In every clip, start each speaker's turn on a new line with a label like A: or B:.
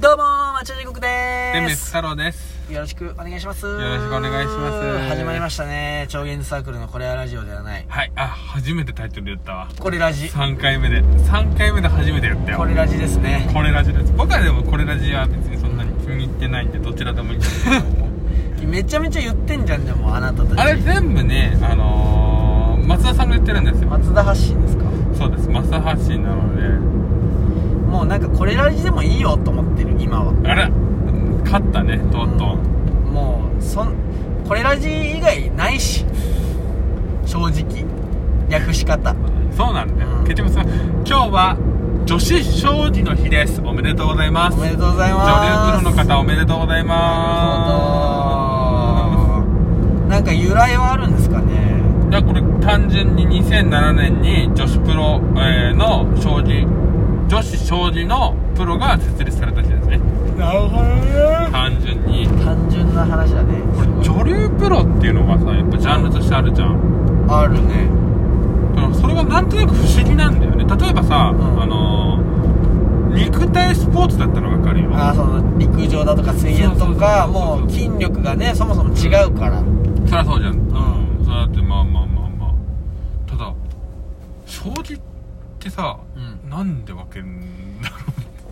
A: どうもー、町田時刻で
B: で
A: ー
B: メ
A: す。
B: ス太郎です
A: よろしくお願いします。よ
B: ろしくお願いします
A: 始まりましたね。超現実サークルのこれはラジオではない。
B: はいあ初めてタイトル言ったわ
A: これラジ。
B: 3回目で3回目で初めてやったよ
A: これラジですね。
B: これラジです僕はでもこれラジは別にそんなに気に入ってないんでどちらでもいいんですけど
A: めちゃめちゃ言ってんじゃん、でも、あなた たち。
B: あれ全部ねあのー、松田さんが言ってるんですよ
A: 松田発信ですか
B: そうです松田発信なの
A: もうなんかこれラジでもいいよと思ってる、今は。
B: であらうん勝ったねとうとう
A: もう、そん、これラジ以外ないし。正直。略し方。
B: そうなんだ
A: うん
B: よケチムさん今日は女子将棋の日ですおめでとうございま
A: お
B: す
A: めでとうござい
B: 女流
A: ます。
B: プロの方おめでとうございま
A: と
B: す
A: なんか由来はあるんですかね
B: いやこれ単純に2007年に女子プロ、えーの将棋女子将棋のプロが設立された日ですね
A: なるほどね
B: 単純に
A: 単純な話だね
B: これ女流プロっていうのがさやっぱジャンルとしてあるじゃん
A: あるね
B: だからそれがなんとなく不思議なんだよね例えばさ、
A: うん
B: あのー肉体スポーツだったのわかるよ
A: あーその陸上だとか水泳とか
B: そうそうそうそう
A: もう筋力がねそもそも違うから
B: そりゃそうじゃんうんんそうだってまあまあまあまあただ将棋ってさ、
A: うん
B: なんで分けるんだろ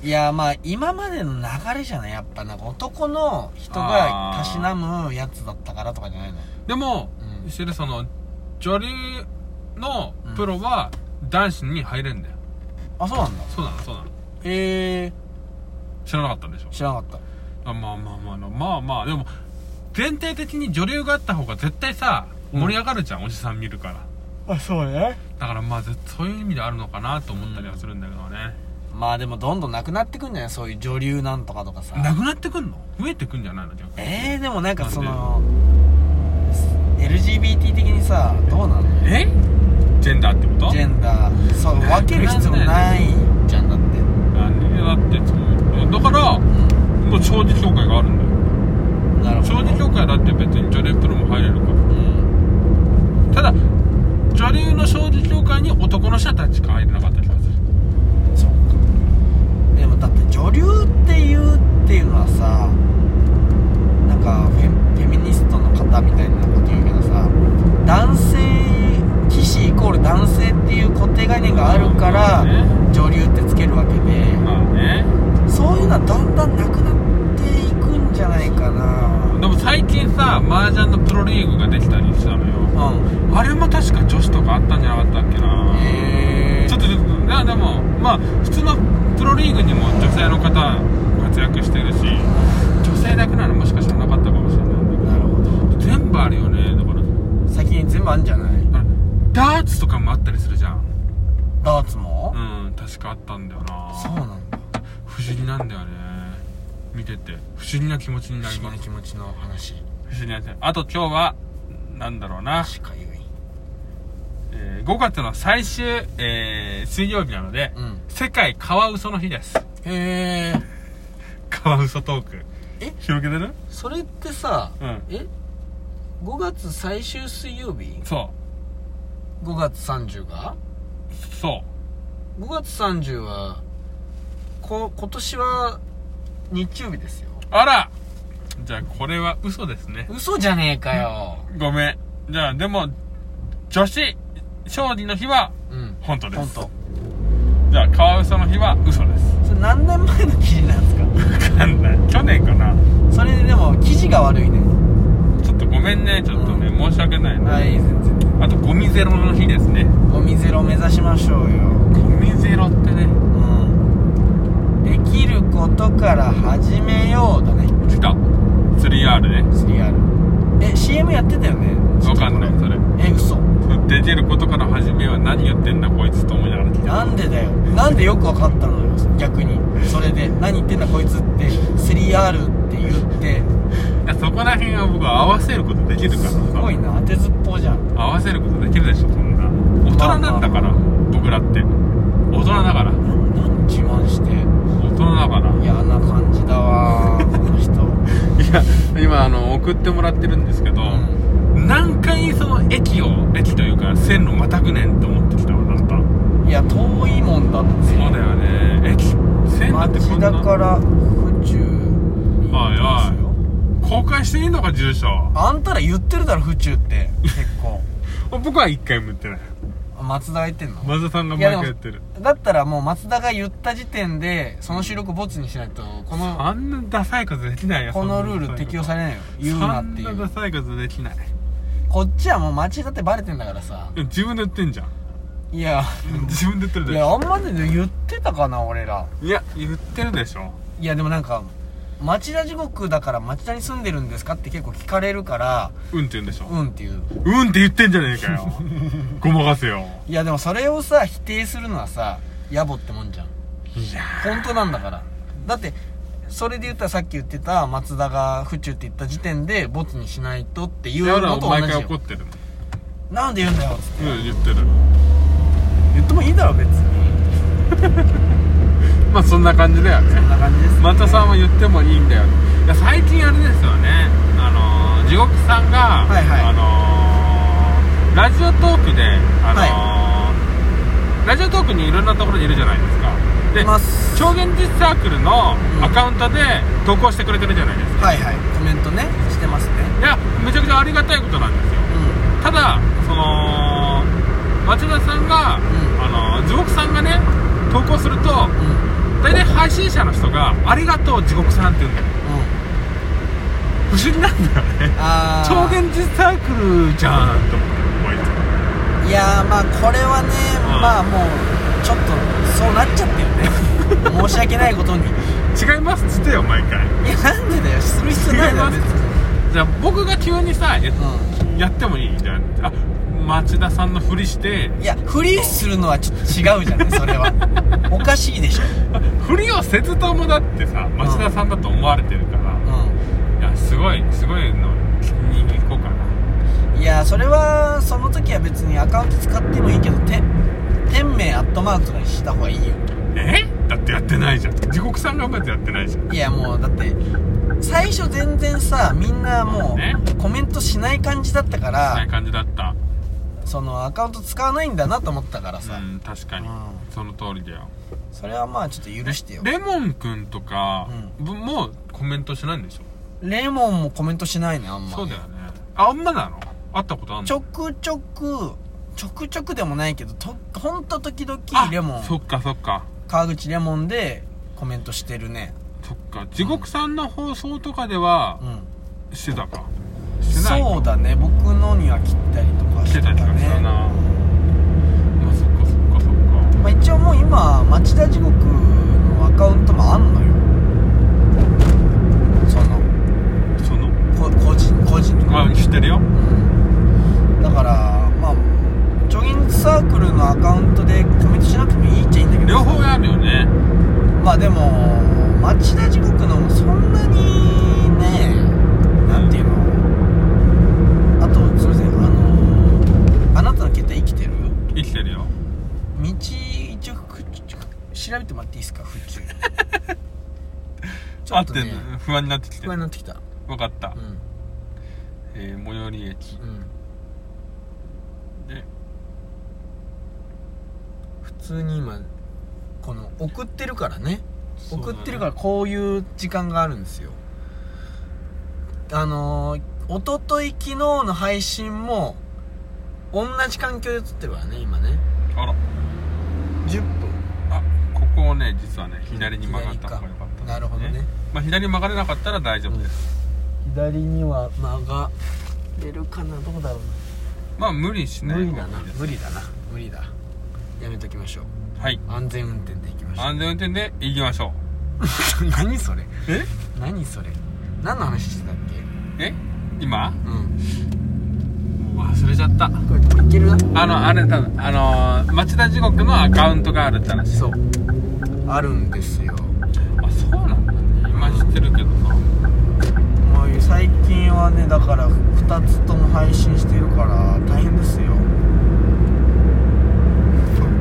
A: いやまあ今までの流れじゃないやっぱなんか男の人がたしなむやつだったからとかじゃないの
B: うでも、
A: うん
B: してるその女流のプロは男子に入れんだよ、
A: あそうなんだ
B: そうなのそうなの
A: え
B: 知らなかったんでしょ
A: ー、知らなかっ
B: あまあまあまあまあまあまあでも全体的に女流があった方が絶対さ盛り上がるじゃん、おじさん見るから
A: たあそうね
B: だからまあぜそういう意味であるのかなと思ったりはするんだけどね、
A: まあでもどんどんなくなってくんじゃないそういう女流なんとかとかさ
B: なくなってくんの増えてくんじゃないの逆に
A: えー、でもなんかその LGBT 的にさどうなの
B: えジェンダーってこと
A: ジェンダーそう
B: な
A: 分ける必要ないじゃんだって
B: なんでだってそうだからもう将棋協会があるんだ
A: な
B: よ
A: るほど
B: 将棋協会だって別に女流プロも入れるか
A: うん
B: らただ女流の将棋協会に男の人たちが入れなかったりとかする
A: そっかでもだって女流っていうっていうのはさなんかフェフェミニストの方みたいなこと言うけどさ男性騎士イコール男性っていう固定概念があるから
B: まあね
A: 女流ってつけるわけで
B: まあね
A: そういうのはだんだんなくなっていくんじゃないかな
B: でも最近さ麻雀のプロリーグができたりしたのよ
A: うん
B: あれも確か女子とかあったんじゃなかったっけな
A: え
B: ちょっとずついやでもまあ普通のプロリーグにも女性の方活躍してるし女性だけなのもしかしたらなかったかもしれないんだけど
A: なるほど
B: 全部あるよねだから
A: 最近全部あんじゃない
B: あれダーツとかもあったりするじゃん
A: ダーツも、
B: うん確かあったんだよな
A: そうなんだ
B: 不思議なんだよね見てて不思議な気持ちになり
A: 不思
B: ま
A: 議な
B: す
A: 気持ちの話
B: 不思議な気持ちあと今日はなんだろうな、
A: しかゆい
B: え5月の最終、えー水曜日なので、
A: うん
B: 世界カワウソの日です
A: へえ
B: カワウソトーク
A: え
B: 広げてる
A: それってさ、
B: うん
A: え5月最終水曜日
B: そ
A: 5月30が
B: うそ
A: 5月30はこ今年は日曜日ですよ
B: うあらじゃあこれは嘘ですね
A: 嘘じゃねえかよ
B: ごめんじゃあでも女子勝利の日は
A: うん
B: 本当です
A: 本当。
B: じゃあカワウソの日は嘘です
A: それ何年前の記事なんです
B: わかんない去年かな
A: かそれででも記事が悪いね
B: ちょっとごめんねちょっとね、申し訳ないね、
A: はい全然
B: あとゴミゼロの日ですね
A: ゴミゼロ目指しましょうよ
B: ゴミゼロってね
A: うんできることから始めようだね
B: 来た 3R ね
A: 3R え CM やってたよね
B: わかんないそれ
A: え嘘
B: 出てることから始めは何言ってんだこいつと思いながら来た
A: なんでだよなんでよく分かったのよ逆にそれで何言ってんだこいつって 3R って言って
B: いやそこら辺は僕は合わせることできるから
A: すごいな当てずっぽうじゃん
B: 合わせることできるでしょそんな大人なんだか
A: ま
B: ら、
A: あ
B: 僕らって大人だから
A: 何自慢して
B: 大人だから
A: 嫌な感じだわこの 人
B: いや今あの送ってもらってるんですけど、何回その駅を駅というか線路またぐねんと思ってきたわあんた
A: うんいや遠いもんだって
B: そうだよね駅線路ってこ
A: 町
B: んな
A: だから府ですよ
B: おいおい公開していいのか住所
A: あんたら言ってるだろ府中って結 構
B: 僕は一回も言ってない
A: あ松田が言ってんの
B: 松田さんが毎回言ってる
A: だったらもう松田が言った時点でその収録ボツにしないとこの
B: あんなダサいことできないよ
A: このルール適用され
B: い
A: ないよ言うなってい
B: そんな
A: う
B: ダサいことできない
A: こっちはもう町だってバレてんだからさ
B: 自分で言ってんじゃん
A: い や
B: 自分で言ってる
A: い
B: でし
A: や
B: ょ
A: あんまで言ってたかな俺ら
B: いや言ってるでしょ
A: いやでもなんか町田地獄だから町田に住んでるんですかって結構聞かれるから
B: うんって言うんでしょ
A: うんっていう
B: うんって言ってんじゃねえかよ ごまかせよ
A: いやでもそれをさ否定するのはさ野暮ってもんじゃん
B: いや
A: 本当なんだからだってそれで言ったらさっき言ってた松田が府中って言った時点でボツにしないとっていう
B: だか
A: の
B: ら
A: と同
B: 毎
A: じ
B: 回怒
A: よ
B: ってるもん
A: なんで言うんだよっつって
B: うん言ってる
A: 言ってもいいだろ別に
B: まあそんな感じだよ
A: そん
B: ね
A: な感じです
B: 松田さんは言ってもいいんだよいや最近あれですよねあのー地獄さんが、
A: はいはい
B: あのーラジオトークであのー、ラジオトークにいろんなところにいるじゃないですかで
A: います
B: 超現実サークルの
A: うん
B: アカウントで投稿してくれてるじゃないですか
A: はいはいコメントねしてますね
B: いやめちゃくちゃありがたいことなんですよ
A: う
B: ただその町田さんが、あの地獄さんがね投稿すると
A: んうん
B: 大体配信者の人が「ありがとう地獄さん」って言うんだよ
A: うん
B: 不思議なんだよね
A: あー
B: 超現実サークルじゃんと思って
A: いやーまあこれはね、
B: うん
A: まあもうちょっとそうなっちゃってるね申し訳ないことにい
B: こいつ違いますっつってよ毎回
A: やなんでだよする必要ないだろ別に
B: じゃあ僕が急にさや
A: う
B: やってもいいじゃんあ町田さんのふりして
A: んいやフリーするのはちょっと違うじゃないそれは おかしいでしょ
B: ふりをせずともだってさ町田さんだと思われてるから
A: う
B: いやすごいすごいのに行こうかなん
A: いやそれはその時は別にアカウント使ってもいいけどて天名アットマークとかにした方がいいよ
B: えだってやってないじゃん地獄さんがうまくやってないじゃん
A: いやもうだって最初全然さみんな
B: まあ
A: も
B: ね
A: うコメントしない感じだったか
B: そんな
A: ら
B: 感じだった
A: そのアカウント使わないんだなと思ったからさ、
B: うん確かに
A: う
B: その通りだよ
A: それはまあちょっと許してよ
B: レモンくんとか、もうコメントしないんでしょ、
A: レモンもコメントしないねあんま
B: そうだよねああんまなの会ったことあんの
A: ちょくちょくちょくちょくでもないけどとほんと時々
B: あ
A: レモン
B: そっかそっか
A: 川口レモンでコメントしてるね
B: そっか地獄さんの放送とかでは
A: うん
B: してたか、してない
A: そうだね僕のには切ったりとか
B: してたりとかした
A: ね
B: な、まあ、そっかそっかそっか
A: まあ、一応もう今町田地獄のアカウントもあんのよその
B: その
A: こ個人個人とか、
B: まあ知ってるよ
A: うんだからまあジョギングサークルのアカウントでコメントしなくてもいいっちゃいいんだけど
B: 両方やるよね
A: まあでも町田地獄のもそんなにねなんていうのあとすいませんあのあなたの携帯生きてる
B: 生きてるよ
A: 道一応ふ調べてもらっていいですか府中 ちょ
B: 合
A: っ
B: っ
A: と
B: てん
A: ね
B: の不安になってきて
A: 不安
B: る
A: になってきた
B: 分かった、
A: うん
B: えー、最寄り駅
A: うん
B: で
A: 普通に今この送ってるからね
B: そうだ
A: 送
B: ね
A: ってるからこういう時間があるんですよあのー、一昨日昨日の配信も同じ環境で撮ってるからね今ね
B: あら
A: 10分
B: あここをね実はね左に曲がった方が良かったです、
A: なるほどね
B: まあ、左に曲がれなかったら大丈夫です、
A: 左には間が出るかなどうだろ
B: まあ無理し
A: う
B: な
A: な、
B: い
A: 無理だな
B: 方がいいです
A: 無理だな無理だやめときましょう
B: はい
A: 安全運転でいきましょ
B: 安全運転で行きましょ
A: う 何それ
B: うえ
A: 何それ何の話してたっけ
B: え今
A: うん
B: もう忘れちゃった
A: これいけるな
B: あのあれ多分あのー、町田地獄のアカウントがあるって話
A: そうあるんですよ
B: あそうなんだね今知ってるけどさ
A: もう最近はねだから2つとも配信してるから大変ですよ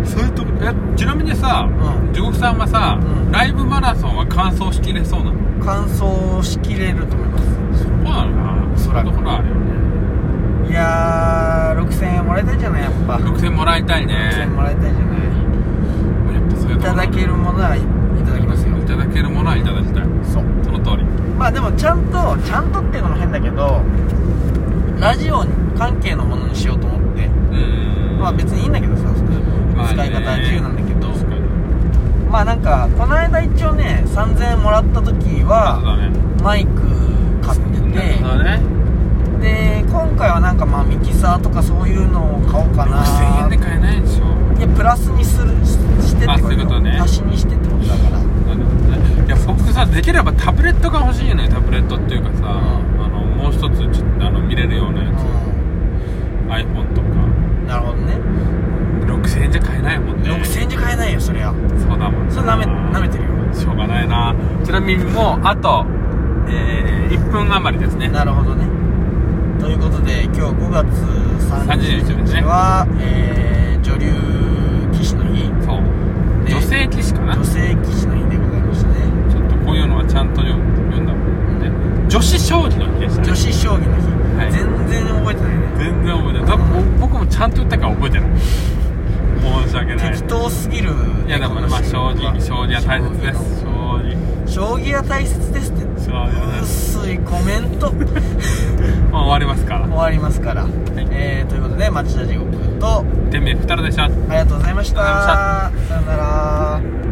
B: そういうとこえちなみにさ、
A: うん
B: 地獄さんはさ、
A: うん
B: ライブマラソンは完走しきれそうなの
A: 完走しきれると思いま
B: そうなのか
A: そら
B: そういうところあるよね
A: すいやー6000円もらいたいじゃないやっぱ
B: 6000もらいたい
A: 6000
B: ね
A: 円もらいたいじゃない
B: やっぱそういう
A: い
B: とこ
A: た
B: ろ
A: だけるものはいただきますよ
B: いただけるものはいただきたい
A: そう
B: その通り
A: まあでもちゃんとちゃんとっていうのも変だけどラジオ関係のものにしようと思って
B: うん
A: まあ別にいいんだけどさ、
B: まあね
A: 使い方は自由なんだけど
B: 確かに
A: まあなんかこの間一応ね3000円もらった時
B: そう
A: は
B: だね
A: マイク買って
B: そうだね
A: てで今回はなんかまあミキサーとかそういうのを買おうかな
B: 6000円で 買えないでしょ
A: いやプラスにするししてって
B: あそういうことね
A: 足しにしてってことだから
B: なんだろう ねいや僕さできればタブレットが欲しいよねタブレットっていうかさ、あのもう一つちょっとあの見れるようなやつ、iPhone とか
A: うんなるほどね
B: 6000円じゃ買えないもんね
A: 6000円じゃ買えないよそりゃ
B: そうだもん
A: それなめ舐めてるよ
B: しょうがないなちなみにもうあと、えー、1分余りですね
A: なるほどねということで今日5月
B: 30
A: 30
B: 日
A: 日は、えー女流棋士の日
B: そう
A: ね
B: 女性棋士かなちょ
A: 女
B: っ
A: 性棋士の日でございましたね
B: とこういうのはちゃんと読ん読んだもんね女子将棋の日でしたね
A: 女子将棋の日、
B: はい
A: 全然覚えてないね
B: 全然覚えてない多分僕もちゃんと言ったから覚えてない申し訳ない
A: 適当すぎる
B: いやでもねまあ正直将棋は大切です正直
A: 将棋は大切ですって
B: 将棋は大切
A: 薄いコメ ント
B: まあ終わりますから
A: 終わりますから、
B: い
A: えーということで町田地獄と
B: 天命二人でした
A: ありがとうございました
B: あ
A: さよなら